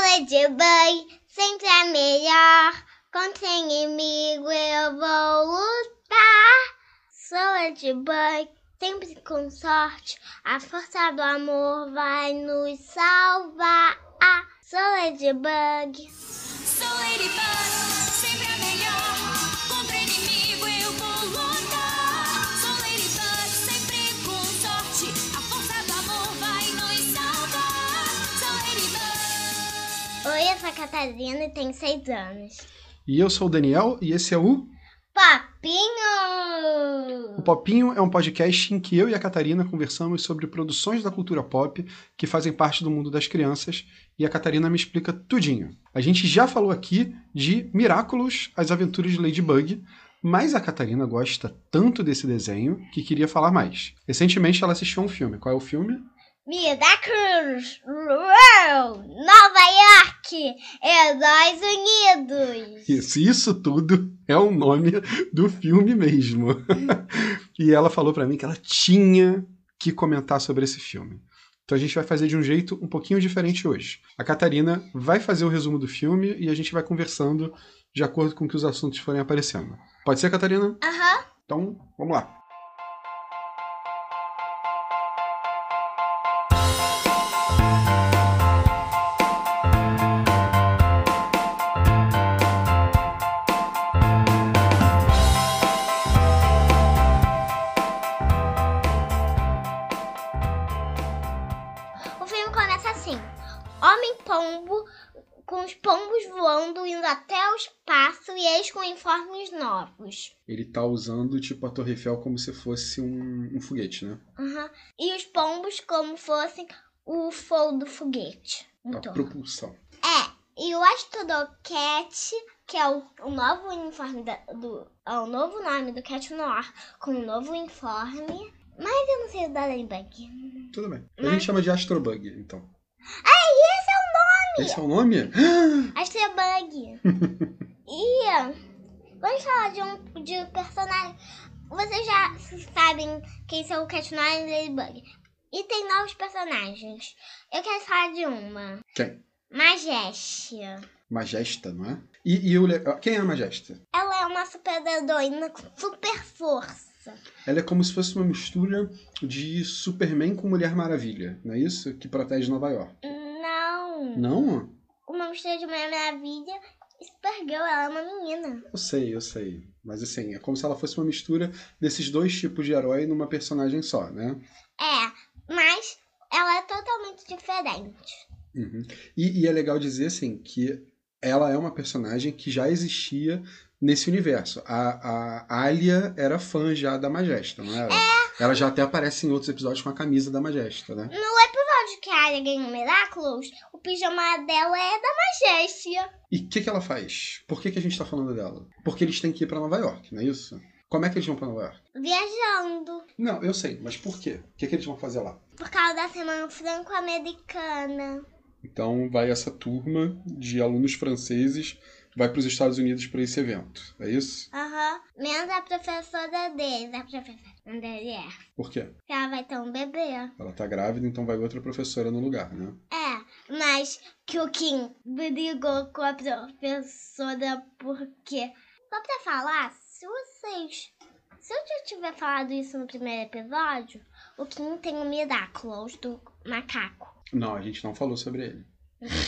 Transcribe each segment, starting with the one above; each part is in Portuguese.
Seja bem, sempre melhor. Contem comigo, eu vou lutar. Sou de bem, sempre com sorte. A força do amor vai nos salvar. Sou de bug. Sou Ladybug, sempre a melhor. Contra inimigo eu vou lutar. Sou Ladybug, sempre com sorte. A força do amor vai nos salvar. Sou Ladybug. Oi, eu sou a Catarina e tenho seis anos. E eu sou o Daniel e esse é o Papinho! O Popinho é um podcast em que eu e a Catarina conversamos sobre produções da cultura pop que fazem parte do mundo das crianças e a Catarina me explica tudinho. A gente já falou aqui de Miraculous, As Aventuras de Ladybug, mas a Catarina gosta tanto desse desenho que queria falar mais. Recentemente ela assistiu a um filme. Qual é o filme? Miracles World, Nova York, Heróis Unidos. Isso, isso tudo é o nome do filme mesmo. e ela falou pra mim que ela tinha que comentar sobre esse filme. Então a gente vai fazer de um jeito um pouquinho diferente hoje. A Catarina vai fazer o resumo do filme e a gente vai conversando de acordo com que os assuntos forem aparecendo. Pode ser, Catarina? Aham. Então, vamos lá. O filme começa assim: Homem pombo com os pombos voando indo até o espaço e eles com uniformes novos. Ele tá usando, tipo, a Torre Eiffel como se fosse um, um foguete, né? Aham. E os pombos como fossem o fogo do foguete. Tá, Então. é, propulsão. E o Astrodocat, que é o, o novo uniforme da- do. É o novo nome do Cat Noir, com um novo uniforme. Mas eu não sei o da Ladybug. Tudo bem. A gente chama de Astrobug, então. Ah, esse é o nome! Esse é o nome? Astrobug. e vamos falar de um de um personagem. Vocês já sabem quem são o Catnoir e Ladybug. E tem novos personagens. Eu quero falar de uma. Quem? Majestia. Majesta, não é? E, e eu le- quem é a Majesta? Ela é uma super heroína com super força. Ela é como se fosse uma mistura de Superman com Mulher Maravilha, não é isso? Que protege Nova York. Não. Não? Uma mistura de Mulher Maravilha e Supergirl. Ela é uma menina. Eu sei, eu sei. Mas assim, é como se ela fosse uma mistura desses dois tipos de herói numa personagem só, né? É, mas ela é totalmente diferente. Uhum. E, e é legal dizer, assim, que ela é uma personagem que já existia nesse universo. A, a Alia era fã já da Majesta, não era? Ela já até aparece em outros episódios com a camisa da Majesta, né? episódio que a Arya ganhou Miraculous, o pijama dela é da Majestia. E o que, que ela faz? Por que, que a gente tá falando dela? Porque eles têm que ir pra Nova York, não é isso? Como é que eles vão pra Nova York? Viajando. Não, eu sei, mas por quê? O que, que eles vão fazer lá? Por causa da semana franco-americana. Então vai essa turma de alunos franceses, vai pros Estados Unidos pra esse evento, é isso? Aham. Menos a professora deles, a professora Andréa. Por quê? Que ela vai ter um bebê. Ela tá grávida, então vai outra professora no lugar, né? É, mas que o Kim brigou com a professora porque. Só pra falar, se vocês. Se eu já tiver falado isso no primeiro episódio, o Kim tem o Miraculous do macaco. Não, a gente não falou sobre ele.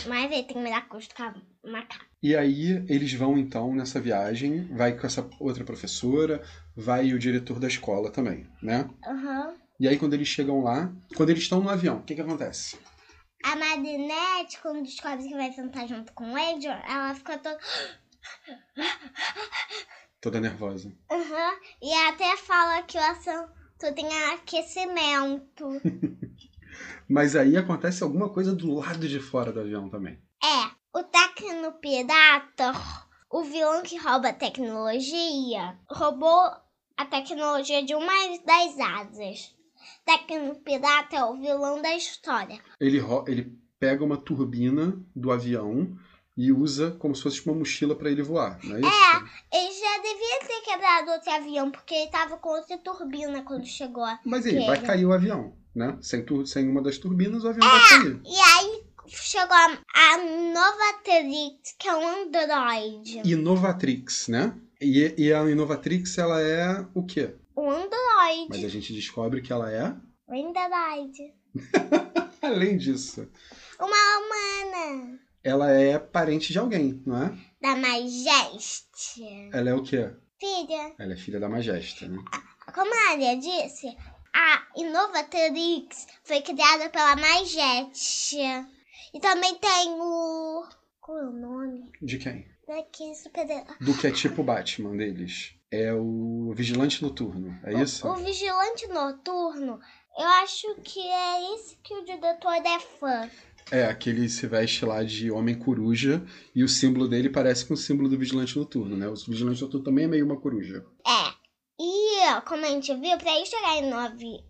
Mas ele tem que me dar custo com macaco. E aí eles vão então nessa viagem, vai com essa outra professora, vai o diretor da escola também, né? Aham. E aí quando eles chegam lá, quando eles estão no avião, o que que acontece? A Marinette, quando descobre que vai sentar junto com o Angel, ela fica toda. Toda nervosa. Aham. E até fala que o assunto tem aquecimento. Mas aí acontece alguma coisa do lado de fora do avião também. é, o Tecno Pirata, o vilão que rouba a tecnologia, roubou a tecnologia de uma das asas. Tecno Pirata é o vilão da história. Ele, ro- ele pega uma turbina do avião e usa como se fosse uma mochila pra ele voar, não é isso? Ele já devia ter quebrado outro avião, porque ele tava com outra turbina quando chegou. Mas e aí, Que vai ele- cair o avião, né? Sem, tur- sem uma das turbinas, o avião vai cair. E aí, chegou a, a Novatrix, que é um androide. Inovatrix, né? E, e a Inovatrix, ela é o quê? Um Mas androide. a gente descobre que ela é, Um androide. além disso, Uma humana. ela é parente de alguém, não é? Da Majeste. Ela é o quê? Filha, Ela é filha da Majesta, né? como a Aria disse, a Inovatrix foi criada pela Majeste. E também tem o... Qual é o nome? é De quem? Daquele super... Do que é tipo o Batman deles. É o Vigilante Noturno, é isso? O, o Vigilante Noturno, eu acho que é esse que o diretor é fã. É, aquele se veste lá de homem coruja e o símbolo dele parece com o símbolo do Vigilante Noturno, né? O Vigilante Noturno também é meio uma coruja. É. E, ó, como a gente viu, pra ele chegar no avião.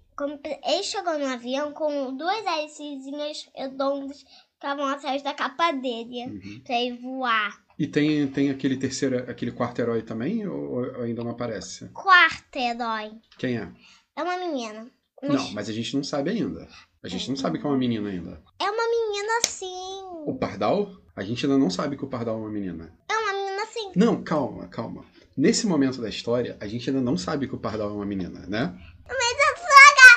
Ele chegou no avião com duas hélicezinhas redondas que estavam atrás da capa dele. Uhum. Pra ele voar. E tem, tem aquele terceiro, aquele quarto herói também ou, ou ainda não aparece? Quarto herói. Quem é? É uma menina. Mas Não, mas a gente não sabe ainda. A gente não sabe que é uma menina ainda. É uma menina assim. O Pardal? A gente ainda não sabe que o Pardal é uma menina. É uma menina assim. Não, calma, calma. Nesse momento da história, a gente ainda não sabe que o Pardal é uma menina, né?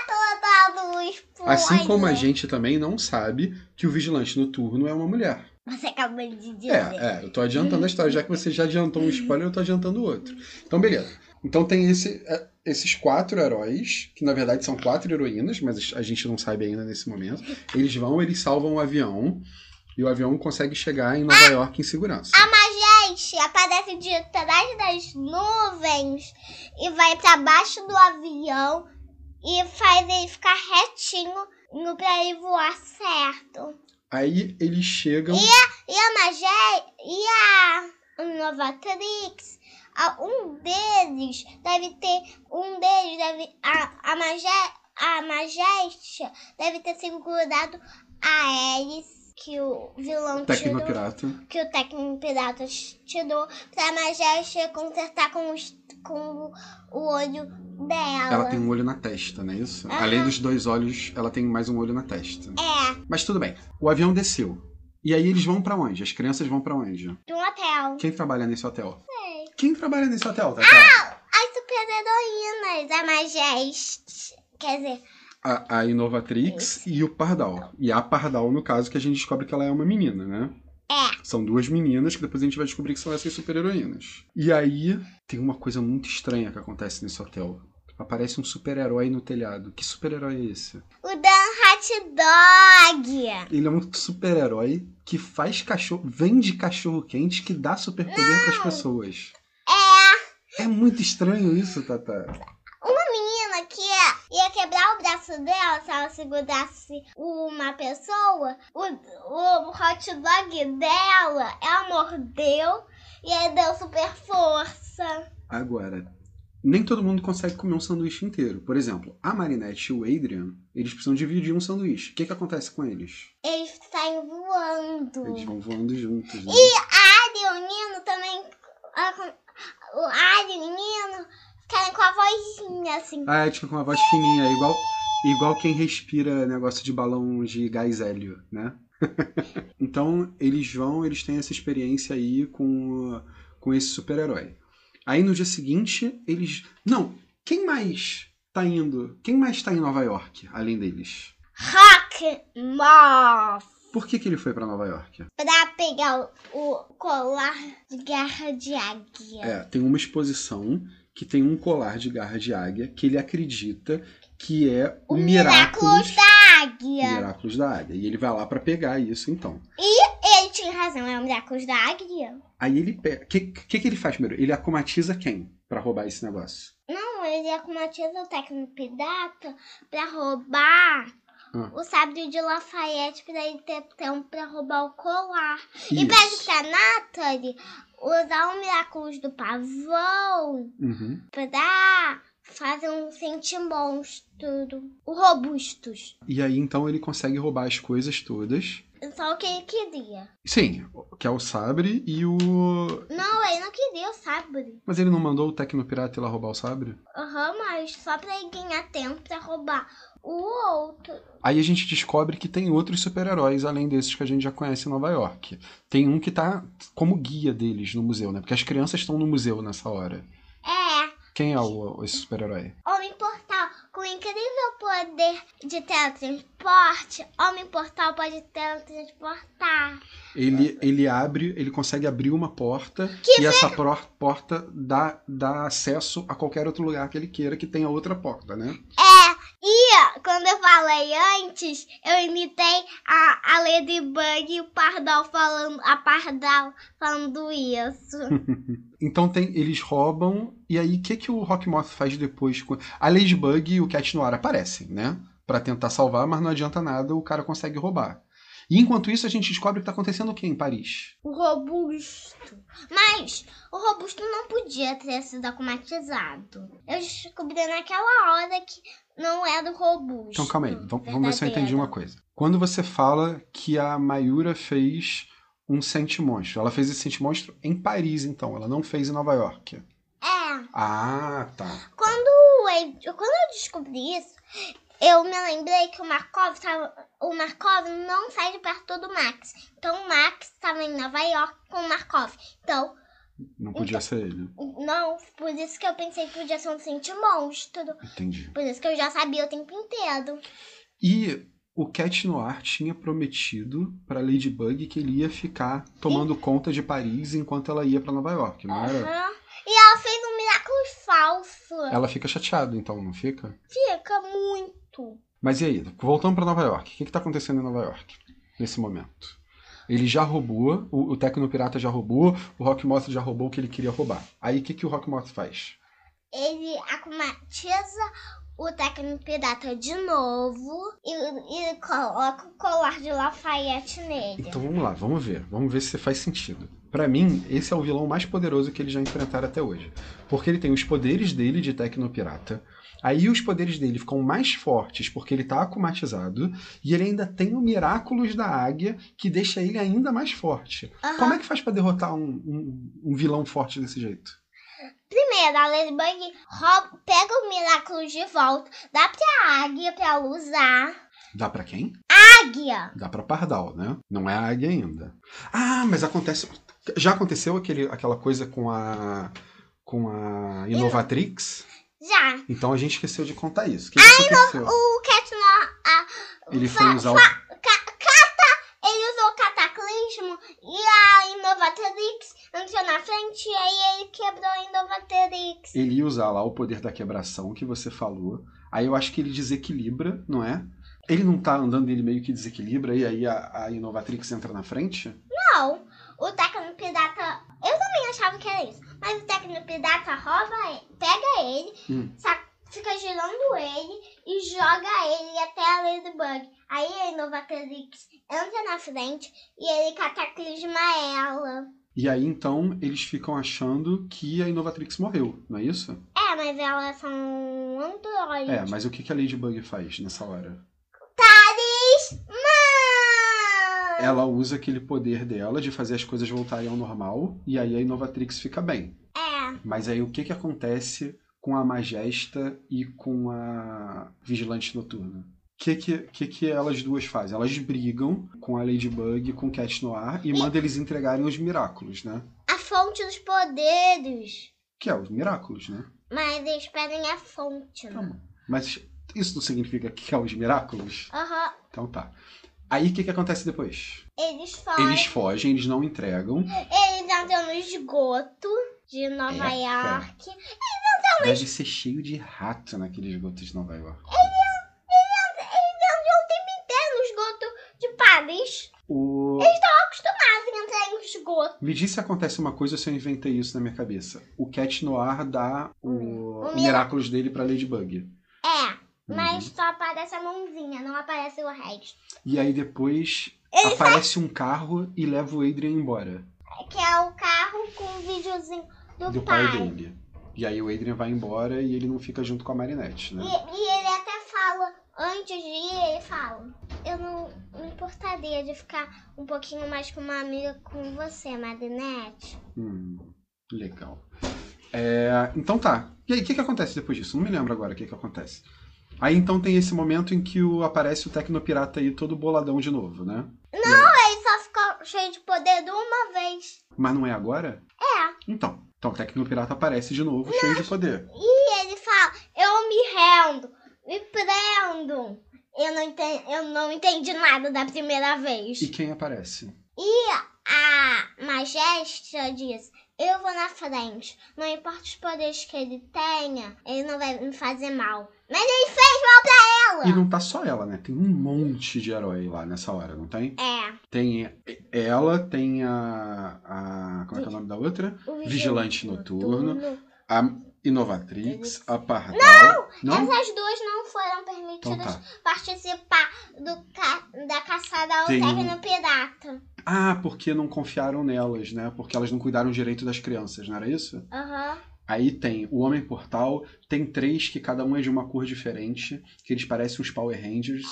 Toda a luz. pô, Assim como a olha. gente também não sabe que o Vigilante Noturno é uma mulher. Você acabou de dizer. É, é, eu tô adiantando a história. Já que você já adiantou um spoiler, eu tô adiantando outro. Então, beleza. Então tem esse- eh, esses quatro heróis, que na verdade são quatro heroínas, mas a gente não sabe ainda nesse momento. Eles vão, eles salvam o avião, e o avião consegue chegar em Nova York em segurança. Gente, aparece de trás das nuvens e vai pra baixo do avião e faz ele ficar retinho no- pra ele voar certo. Aí eles chegam. E a Magé e a Novatrix, a- um deles deve ter. Um deles deve. A, a Magé. A Majestia deve ter segurado a hélice que o vilão Tá tirou Tecnopirata. que o técnico pirata tirou pra Majestia consertar com, os, com o, o olho dela. Ela tem um olho na testa, não é isso? Aham. Além dos dois olhos, ela tem mais um olho na testa. É, Mas tudo bem. O avião desceu. E aí eles vão pra onde? As crianças vão pra onde? de um hotel. Quem trabalha nesse hotel? Sei. Ah! Quem trabalha nesse hotel, tá? Tatá? As super heroínas, a Majestia. Quer dizer, A, a Inovatrix e o Pardal. E a Pardal, no caso, que a gente descobre que ela é uma menina, né? É. São duas meninas que depois a gente vai descobrir que são essas super-heroínas. E aí, tem uma coisa muito estranha que acontece nesse hotel. Aparece um super-herói no telhado. Que super-herói é esse? o Dan Hot Dog. Ele é um super-herói que faz cachorro, vende cachorro quente que dá superpoder pras pessoas. É. É muito estranho isso, Tata. Menina que ia quebrar o braço dela se ela segurasse uma pessoa. O, o hot dog dela, ela mordeu e aí deu super força. Agora, nem todo mundo consegue comer um sanduíche inteiro. Por exemplo, a Marinette e o Adrian, eles precisam dividir um sanduíche. O que que acontece com eles? Eles saem voando. Eles vão voando juntos, né? Ari e o Nino também. a- O Ari e o Nino ficarem com a vozinha assim. Ah, é tipo com uma voz fininha, igual, igual quem respira negócio de balão de gás hélio, né? então, eles vão, eles têm essa experiência aí com, com esse super-herói. Aí no dia seguinte, eles. Não, quem mais tá indo? Quem mais tá em Nova York, além deles? Rock Moth. Por que, que ele foi pra Nova York? Pra pegar o, o colar de garra de águia. É, tem uma exposição que tem um colar de garra de águia que ele acredita que é o, O Miraculous, Miraculous da... Águia. Miraculous da Águia. E ele vai lá pra pegar isso, então. Ele tinha razão, é o Miraculous da Águia. Aí ele pega. O que, que, que ele faz primeiro? Ele acomatiza quem pra roubar esse negócio? Não, ele acomatiza o técnico pirata pra roubar Ah. o sábio de Lafayette pra ele ter tempo pra roubar o colar. E Isso. pede pra Nathalie usar o Miraculous do Pavão Uhum. pra fazer um sentimonstro. O Robustus. E aí então ele consegue roubar as coisas todas. Só o que ele queria. Sim, que é o sabre e o. Não, ele não queria o sabre. Mas ele não mandou o Tecnopirata ir lá roubar o sabre? Aham, mas só pra ele ganhar tempo pra roubar o outro. Aí a gente descobre que tem outros super-heróis além desses que a gente já conhece em Nova York. Tem um que tá como guia deles no museu, né? Porque as crianças estão no museu nessa hora. É, Quem é o, esse super-herói? Homem Portal, com o incrível poder de teletransporte, Homem Portal pode teletransportar. Ele, ele abre, ele consegue abrir uma porta e essa pró- porta dá, dá acesso a qualquer outro lugar que ele queira que tenha outra porta, né? É, E ó, quando eu falei antes, eu imitei a, a Ladybug e o Pardal falando, a Pardal falando isso. Então tem, eles roubam e aí o que que o Rockmoth faz depois? com- A Ladybug e o Cat Noir aparecem, né? Pra tentar salvar, mas não adianta nada, o cara consegue roubar. E enquanto isso a gente descobre que tá acontecendo o que em Paris? O robusto. Mas o robusto não podia ter sido automatizado. Eu descobri naquela hora que não era o robusto. Então calma aí, vamos, vamos ver se eu entendi verdadeiro. uma coisa. Quando você fala que a Mayura fez um sentimonstro, ela fez esse sentimonstro em Paris, então, ela não fez em Nova York. É. Ah, tá. Quando eu, quando eu descobri isso, eu me lembrei que o Markov tava, o Markov não sai de perto do Max. Então o Max estava em Nova York com o Markov. Então, Não podia ser ele. não, por isso que eu pensei que podia ser um sentimonstro. Entendi. Por isso que eu já sabia o tempo inteiro. E o Cat Noir tinha prometido pra Ladybug que ele ia ficar tomando conta de Paris enquanto ela ia pra Nova York, não era? Aham. E ela fez um milagre falso. Ela fica chateada, então, não fica? Fica muito. Mas e aí, voltando pra Nova York, o que, que tá acontecendo em Nova York nesse momento? Ele já roubou, o, o Tecnopirata já roubou, o Rockmoth já roubou o que ele queria roubar. Aí o que, que o Rockmoth faz? Ele acumatiza o técnico pirata de novo e, e coloca o colar de Lafayette nele. Então vamos lá, vamos ver, vamos ver se faz sentido. Pra mim, esse é o vilão mais poderoso que eles já enfrentaram até hoje. Porque ele tem os poderes dele de Tecnopirata, aí os poderes dele ficam mais fortes porque ele tá akumatizado, e ele ainda tem o Miraculous da Águia, que deixa ele ainda mais forte. Aham. Como é que faz pra derrotar um, um- um vilão forte desse jeito? Primeiro, a Ladybug rouba, pega o Miraculous de volta, dá pra águia pra ela usar. Dá pra quem? Águia! Dá pra Pardal, né? Não é a águia ainda. Ah, mas acontece. Já aconteceu aquele, aquela coisa com a. com a Inovatrix? Já. Então a gente esqueceu de contar isso. O que, que aconteceu? O Catnor, a, Ele fa- foi usar o. ele usou o cataclismo e a Inovatrix entrou na frente e aí ele quebrou a Inovatrix. Ele ia usar lá o poder da quebração que você falou. Aí eu acho que ele desequilibra, não é? Ele não tá andando, ele meio que desequilibra, e aí a, a Inovatrix entra na frente? Não, o Tecno Pirata. Eu também achava que era isso. Mas o Tecno Pirata rouba, ele- é, pega ele, Hum. sa- fica girando ele e joga ele até a Ladybug. Aí a Inovatrix entra na frente e ele cataclisma ela. E aí então eles ficam achando que a Inovatrix morreu, não é isso? É, mas elas são androides. É, mas o que que a Ladybug faz nessa hora? Carisma! Ela usa aquele poder dela de fazer as coisas voltarem ao normal e aí a Inovatrix fica bem. É, Mas aí o que que acontece com a Magesta e com a Vigilante Noturna? O que que, que que elas duas fazem? Elas brigam com a Ladybug, com o Cat Noir e mandam eles entregarem os Miraculous, né? a fonte dos poderes. Que é os Miraculous, né? Mas eles pedem a fonte, Tá né? bom. Mas isso não significa que é os Miraculous? Aham. Então tá. Aí o que que acontece depois? Eles fogem. Eles fogem, eles não entregam. Eles andam no esgoto de Nova É, York. Deve ser cheio de rato naquele esgoto de Nova York. Eles andam o tempo inteiro É no esgoto de Paris. O... Fazem entrar no esgoto. Me diz se acontece uma coisa ou se eu inventei isso na minha cabeça. O Cat Noir dá o, O o Miraculous dele pra Hum. Ladybug. É, Hum. mas Uhum. só aparece a mãozinha, não aparece o resto. E aí depois aparece um carro e leva o Adrian embora. Que é o carro com o videozinho do, Do pai. pai dele. E aí o Adrian vai embora e ele não fica junto com a Marinette, E, né? e ele até fala, antes de ir, ele fala. eu não me importaria de ficar um pouquinho mais com uma amiga com você, Marinette. Hum, legal. É, então tá. E aí, o que, que acontece depois disso? Não me lembro agora o que, que acontece. Aí então tem esse momento em que o, aparece o Tecnopirata aí todo boladão de novo, né? Ele só ficou cheio de poder de uma vez. Mas não é agora? É. Então. Então o Tecnopirata aparece de novo, cheio de poder. E ele fala, eu me rendo, me prendo. Eu não entendi, eu não entendi nada da primeira vez. E quem aparece? E a Majestia diz: Eu vou na frente. Não importa os poderes que ele tenha, ele não vai me fazer mal. Mas ele fez mal pra E ela! não tá só ela, né? Tem um monte de herói lá nessa hora, não tem? É, Tem ela, tem a. a- como é que é o nome da outra? o Vigilante noturno. A Inovatrix, a Pardal. Não? É Essas duas não foram Então permitidas tá. participar do ca- da caçada ao Tem- um Tecno Pirata. Ah, porque não confiaram nelas, né? Porque elas não cuidaram direito das crianças, não era isso? Aham. Aí tem o Homem Portal, tem três que cada um é de uma cor diferente, que eles parecem uns Power Rangers.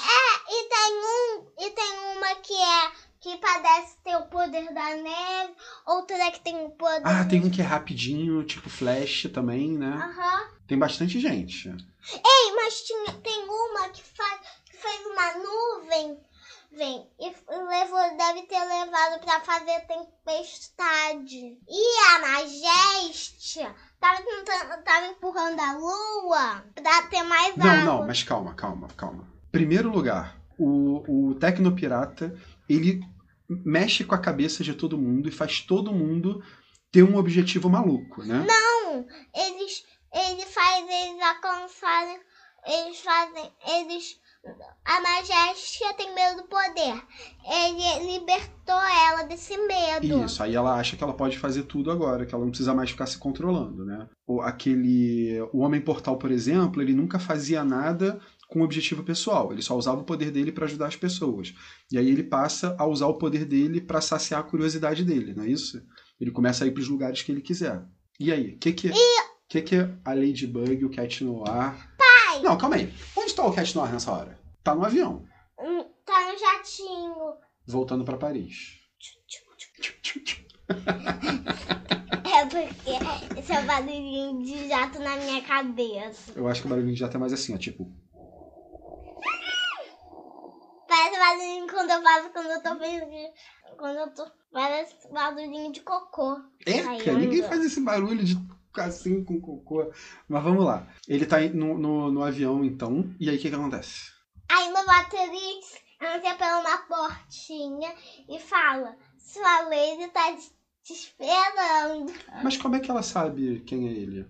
E tem um, e tem uma que é que parece ter o poder da neve, outra é que tem o poder Ah, tem um que é rapidinho, tipo Flash também, né? Aham. Tem bastante gente. Ei, mas tinha, tem uma que, faz, que fez uma nuvem vem, e f- levou, deve ter levado pra fazer tempestade. E a Majestia tava, tentando, tava empurrando a lua pra ter mais Não, água. não, mas calma, calma, calma. Primeiro lugar, o, o Tecnopirata, ele mexe com a cabeça de todo mundo e faz todo mundo ter um objetivo maluco, né? Eles, ele faz eles alcançarem, eles fazem, eles... A Majestia tem medo do poder. Ele libertou ela desse medo. Isso, aí ela acha que ela pode fazer tudo agora, que ela não precisa mais ficar se controlando, né? O, aquele. O Homem Portal, por exemplo, ele nunca fazia nada com objetivo pessoal, ele só usava o poder dele pra ajudar as pessoas. E aí ele passa a usar o poder dele pra saciar a curiosidade dele, não é isso? Ele começa a ir pros lugares que ele quiser. E aí, o que que. que que a Ladybug, o Cat Noir... Pai! Não, calma aí. Onde tá o Cat Noir nessa hora? Tá no avião, Hum, Tá no jatinho. voltando pra Paris. É porque esse é o barulhinho de jato na minha cabeça. Eu acho que o barulhinho já tá mais assim, ó, tipo... Parece barulhinho quando eu faço quando eu tô feliz. Quando eu tô. Parece barulhinho de cocô. É, Ai, cara, ninguém anda. faz esse barulho de assim com cocô. Mas vamos lá. Ele tá no, no, no avião, então, e aí o que, que acontece? Aí no Matrix entra pela uma portinha e fala: Sua lady tá te te esperando. Mas como é que ela sabe quem é ele?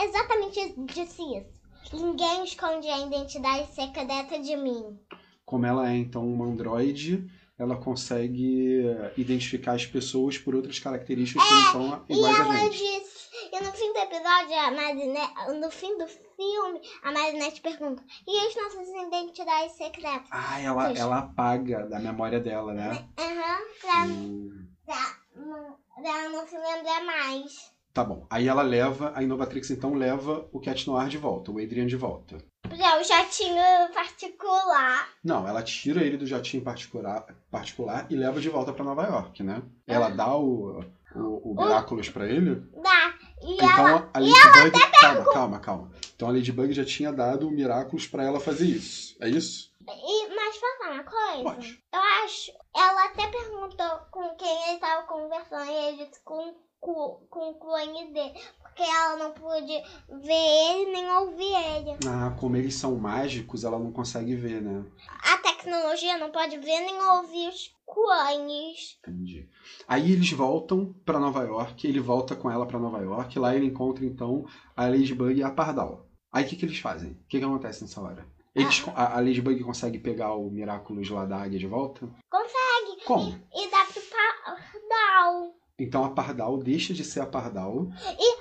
Exatamente disse isso. Ninguém esconde a identidade secreta de mim. Como ela é, então, uma androide, ela consegue identificar as pessoas por outras características que não são É, E iguais a ela gente. disse, e no fim do episódio, a Marinette, no fim do filme, a Marinette pergunta, e as nossas identidades secretas? Ah, ela, ela apaga da memória dela, né? Aham, pra, Hum, pra, não- pra ela não se lembrar mais. Tá bom. Aí ela leva, a Inovatrix então leva o Cat Noir de volta, o Adrian de volta. Pra o jatinho particular. Não, ela tira ele do jatinho particular, particular e leva de volta pra Nova York, né? Ela Ah. dá o, o, o Miraculous pra ele. Dá. E então ela, a Ladybug. Calma, calma, calma. Então a Ladybug já tinha dado o Miraculous pra ela fazer isso. É isso? e, mas falar uma coisa. Pode. Eu acho, ela até perguntou com quem ele tava conversando e ele disse com, com, com o clone dele. Porque ela não pôde ver ele nem ouvir ele. Ah, como eles são mágicos, ela não consegue ver, né? A tecnologia não pode ver nem ouvir os clones. Entendi. Aí eles voltam pra Nova York, ele volta com ela pra Nova York, lá ele encontra então a Ladybug e a Pardal. Aí o que, que eles fazem? O que, que acontece nessa hora? Eles, a, a Ladybug consegue pegar o Miraculous lá da águia de volta? Consegue. Como? E dá pro Pardal. Então a Pardal deixa de ser a Pardal. E,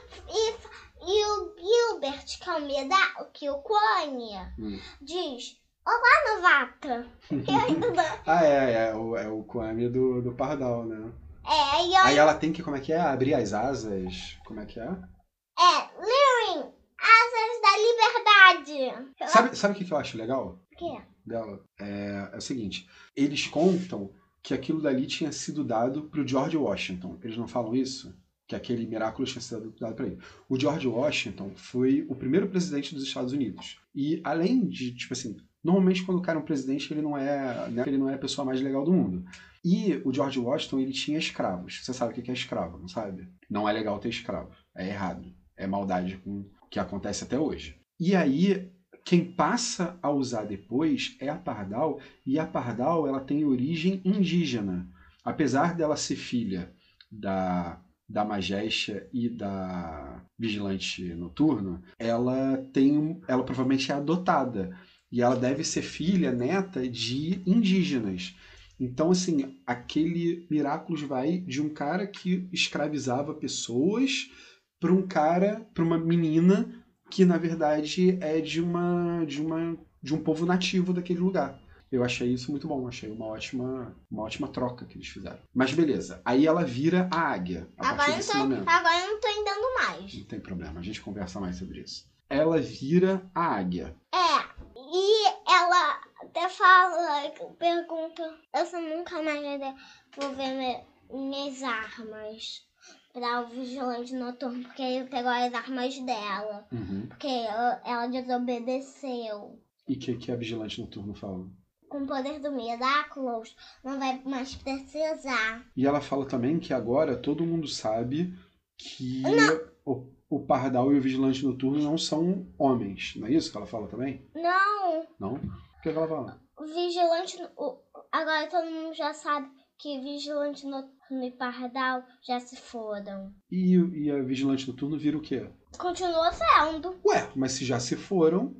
e o Gilbert, que é o meda- que o clone, Hum. diz: Olá, novata. E ainda dá- ah, é, é, o, é o Kwame do, do Pardal, né? É, e Aí eu, ela tem que, como é que é? Abrir as asas. Como é que é? é, Lirin, asas da verdade. Eu Sabe, sabe o que que eu acho legal acho que é. dela? É, é o seguinte: eles contam que aquilo dali tinha sido dado pro George Washington. Eles não falam isso? Que aquele Miraculous tinha sido dado para ele. O George Washington foi o primeiro presidente dos Estados Unidos. E além de, tipo assim, normalmente quando o cara é um presidente, ele não é, né, ele não é a pessoa mais legal do mundo. E o George Washington, ele tinha escravos. Você sabe o que que é escravo, não sabe? Não é legal ter escravo. É errado. É maldade com o que acontece até hoje. E aí, quem passa a usar depois é a Pardal, e a Pardal ela tem origem indígena. Apesar dela ser filha da, da Majestia e da Vigilante Noturno, ela tem um- ela provavelmente é adotada. E ela deve ser filha, neta de indígenas. Então, assim, aquele Miraculous vai de um cara que escravizava pessoas para um cara, para uma menina que na verdade é de uma de uma de um povo nativo daquele lugar. Eu achei isso muito bom, achei uma ótima, uma ótima troca que eles fizeram. Mas beleza, aí ela vira a águia a Agora partir eu, não desse tô, momento. agora eu não tô entendendo mais. Não tem problema, a gente conversa mais sobre isso. Ela vira a águia. É. E ela até fala, pergunta, eu só nunca mais vou de- vou ver me- minhas armas pra o vigilante noturno, porque ele pegou as armas dela. Uhum. Porque ela ela desobedeceu. E o que, que a vigilante noturno fala? com o poder do Miraculous, não vai mais precisar. E ela fala também que agora todo mundo sabe que o, o Pardal e o Vigilante Noturno não são homens. Não é isso que ela fala também? Não, Não? O que, que ela fala? o vigilante. o- agora todo mundo já sabe que vigilante noturno e pardal já se foram. E, e a Vigilante Noturno vira o quê? Continua sendo. Ué, mas se já se foram,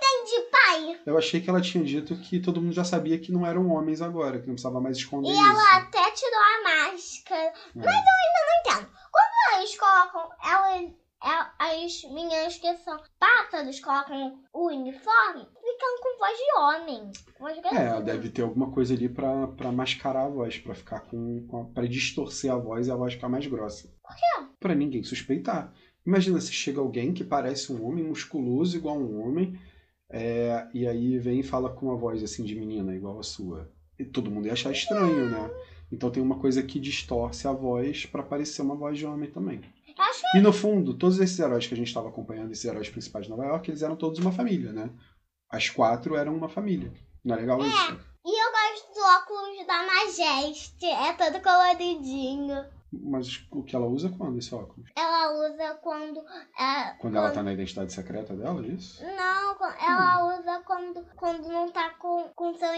Entendi, pai. eu achei que ela tinha dito que todo mundo já sabia que não eram homens agora, que não precisava mais esconder E isso. ela até tirou a máscara. É. Mas eu ainda não entendo. Quando eles colocam. Elas, el- as meninas que são pássaros colocam o uniforme, ficam com voz de homem. assim. com Voz de É, garoto. deve ter alguma coisa ali pra, pra mascarar a voz, pra ficar com. com a- pra distorcer a voz e a voz ficar mais grossa. Por quê? Pra ninguém suspeitar. Imagina se chega alguém que parece um homem musculoso, igual um homem, é, e aí vem e fala com uma voz assim de menina, igual a sua. E todo mundo ia achar estranho, né? Então tem uma coisa que distorce a voz pra parecer uma voz de homem também. Acho E no fundo, todos esses heróis que a gente estava acompanhando, esses heróis principais de Nova York, eles eram todos uma família, né? As quatro eram uma família. Não é legal isso? E eu gosto do óculos da Majeste, é todo coloridinho. Mas o que ela usa quando esse óculos? Ela usa quando. é, Quando ela tá na identidade secreta dela, é isso? Não, quan- Hum. ela usa quando, quando não tá com, com seu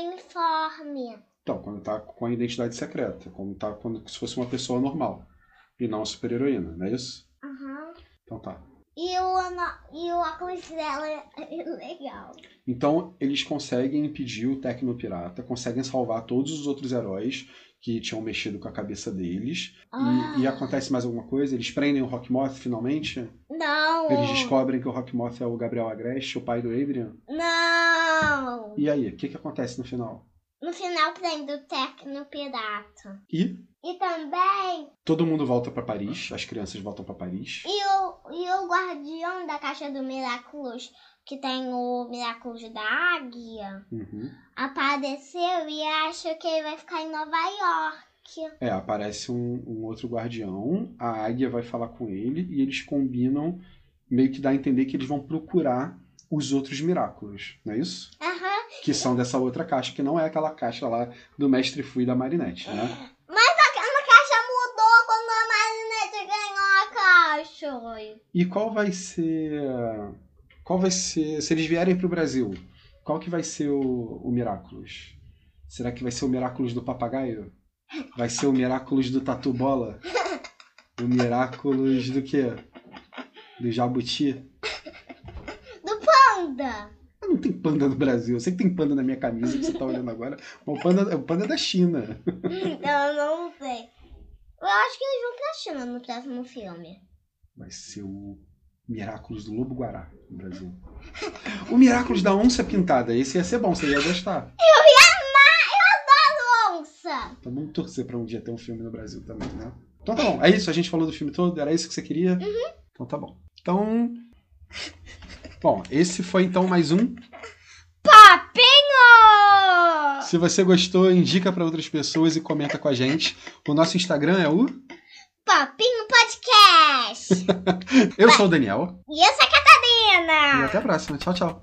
uniforme. Então, quando tá com a identidade secreta, como tá quando se fosse uma pessoa normal e não super heroína, não é isso? Aham. Então tá. E, o, ano- e o óculos dela é é legal. Então, eles conseguem impedir o Tecnopirata, conseguem salvar todos os outros heróis que tinham mexido com a cabeça deles. E- Ah. E, acontece mais alguma coisa? Eles prendem o Rockmoth finalmente? Não! Eles descobrem que o Rockmoth é o Gabriel Agreste, o pai do Adrian? Não! E aí, o que, que acontece no final? No final prende o Tecno Pirata. E E também. todo mundo volta pra Paris, as crianças voltam pra Paris. E o, e o guardião da caixa do Miraculous, que tem o Miraculous da Águia. Uhum. apareceu e acha que ele vai ficar em Nova York. É, aparece um, um outro guardião, a águia vai falar com ele e eles combinam, meio que dá a entender que eles vão procurar os outros Miraculous, não é isso? Aham. Que são dessa outra caixa, que não é aquela caixa lá do Mestre Fui da Marinette, né? A caixa mudou quando a Marinette ganhou a caixa. E qual vai ser. Qual vai ser. Se eles vierem pro Brasil, qual que vai ser o, o Miraculous? Será que vai ser o Miraculous do papagaio? Vai ser o Miraculous do Tatu Bola? O Miraculous do quê? Do Jabuti? Anda. Ah, Não tem panda no Brasil. Eu sei que tem panda na minha camisa que você tá olhando agora. Mas o panda, o panda é da China. Então eu não sei. Eu acho que eles vão pra China no próximo filme. Vai ser o Miraculous do Lobo Guará no Brasil. O Miraculous da Onça Pintada. Esse ia ser bom, você ia gostar. Onça. Então vamos torcer pra um dia ter um filme no Brasil também, né? Então tá bom. É isso. A gente falou do filme todo. Era isso que você queria? Então tá bom. Então. Bom, esse foi então mais um. Papinho! Se você gostou, indica para outras pessoas e comenta com a gente. O nosso Instagram é o. Papinho Podcast! Eu sou o Daniel. e eu sou a Catarina! E até a próxima. Tchau, tchau.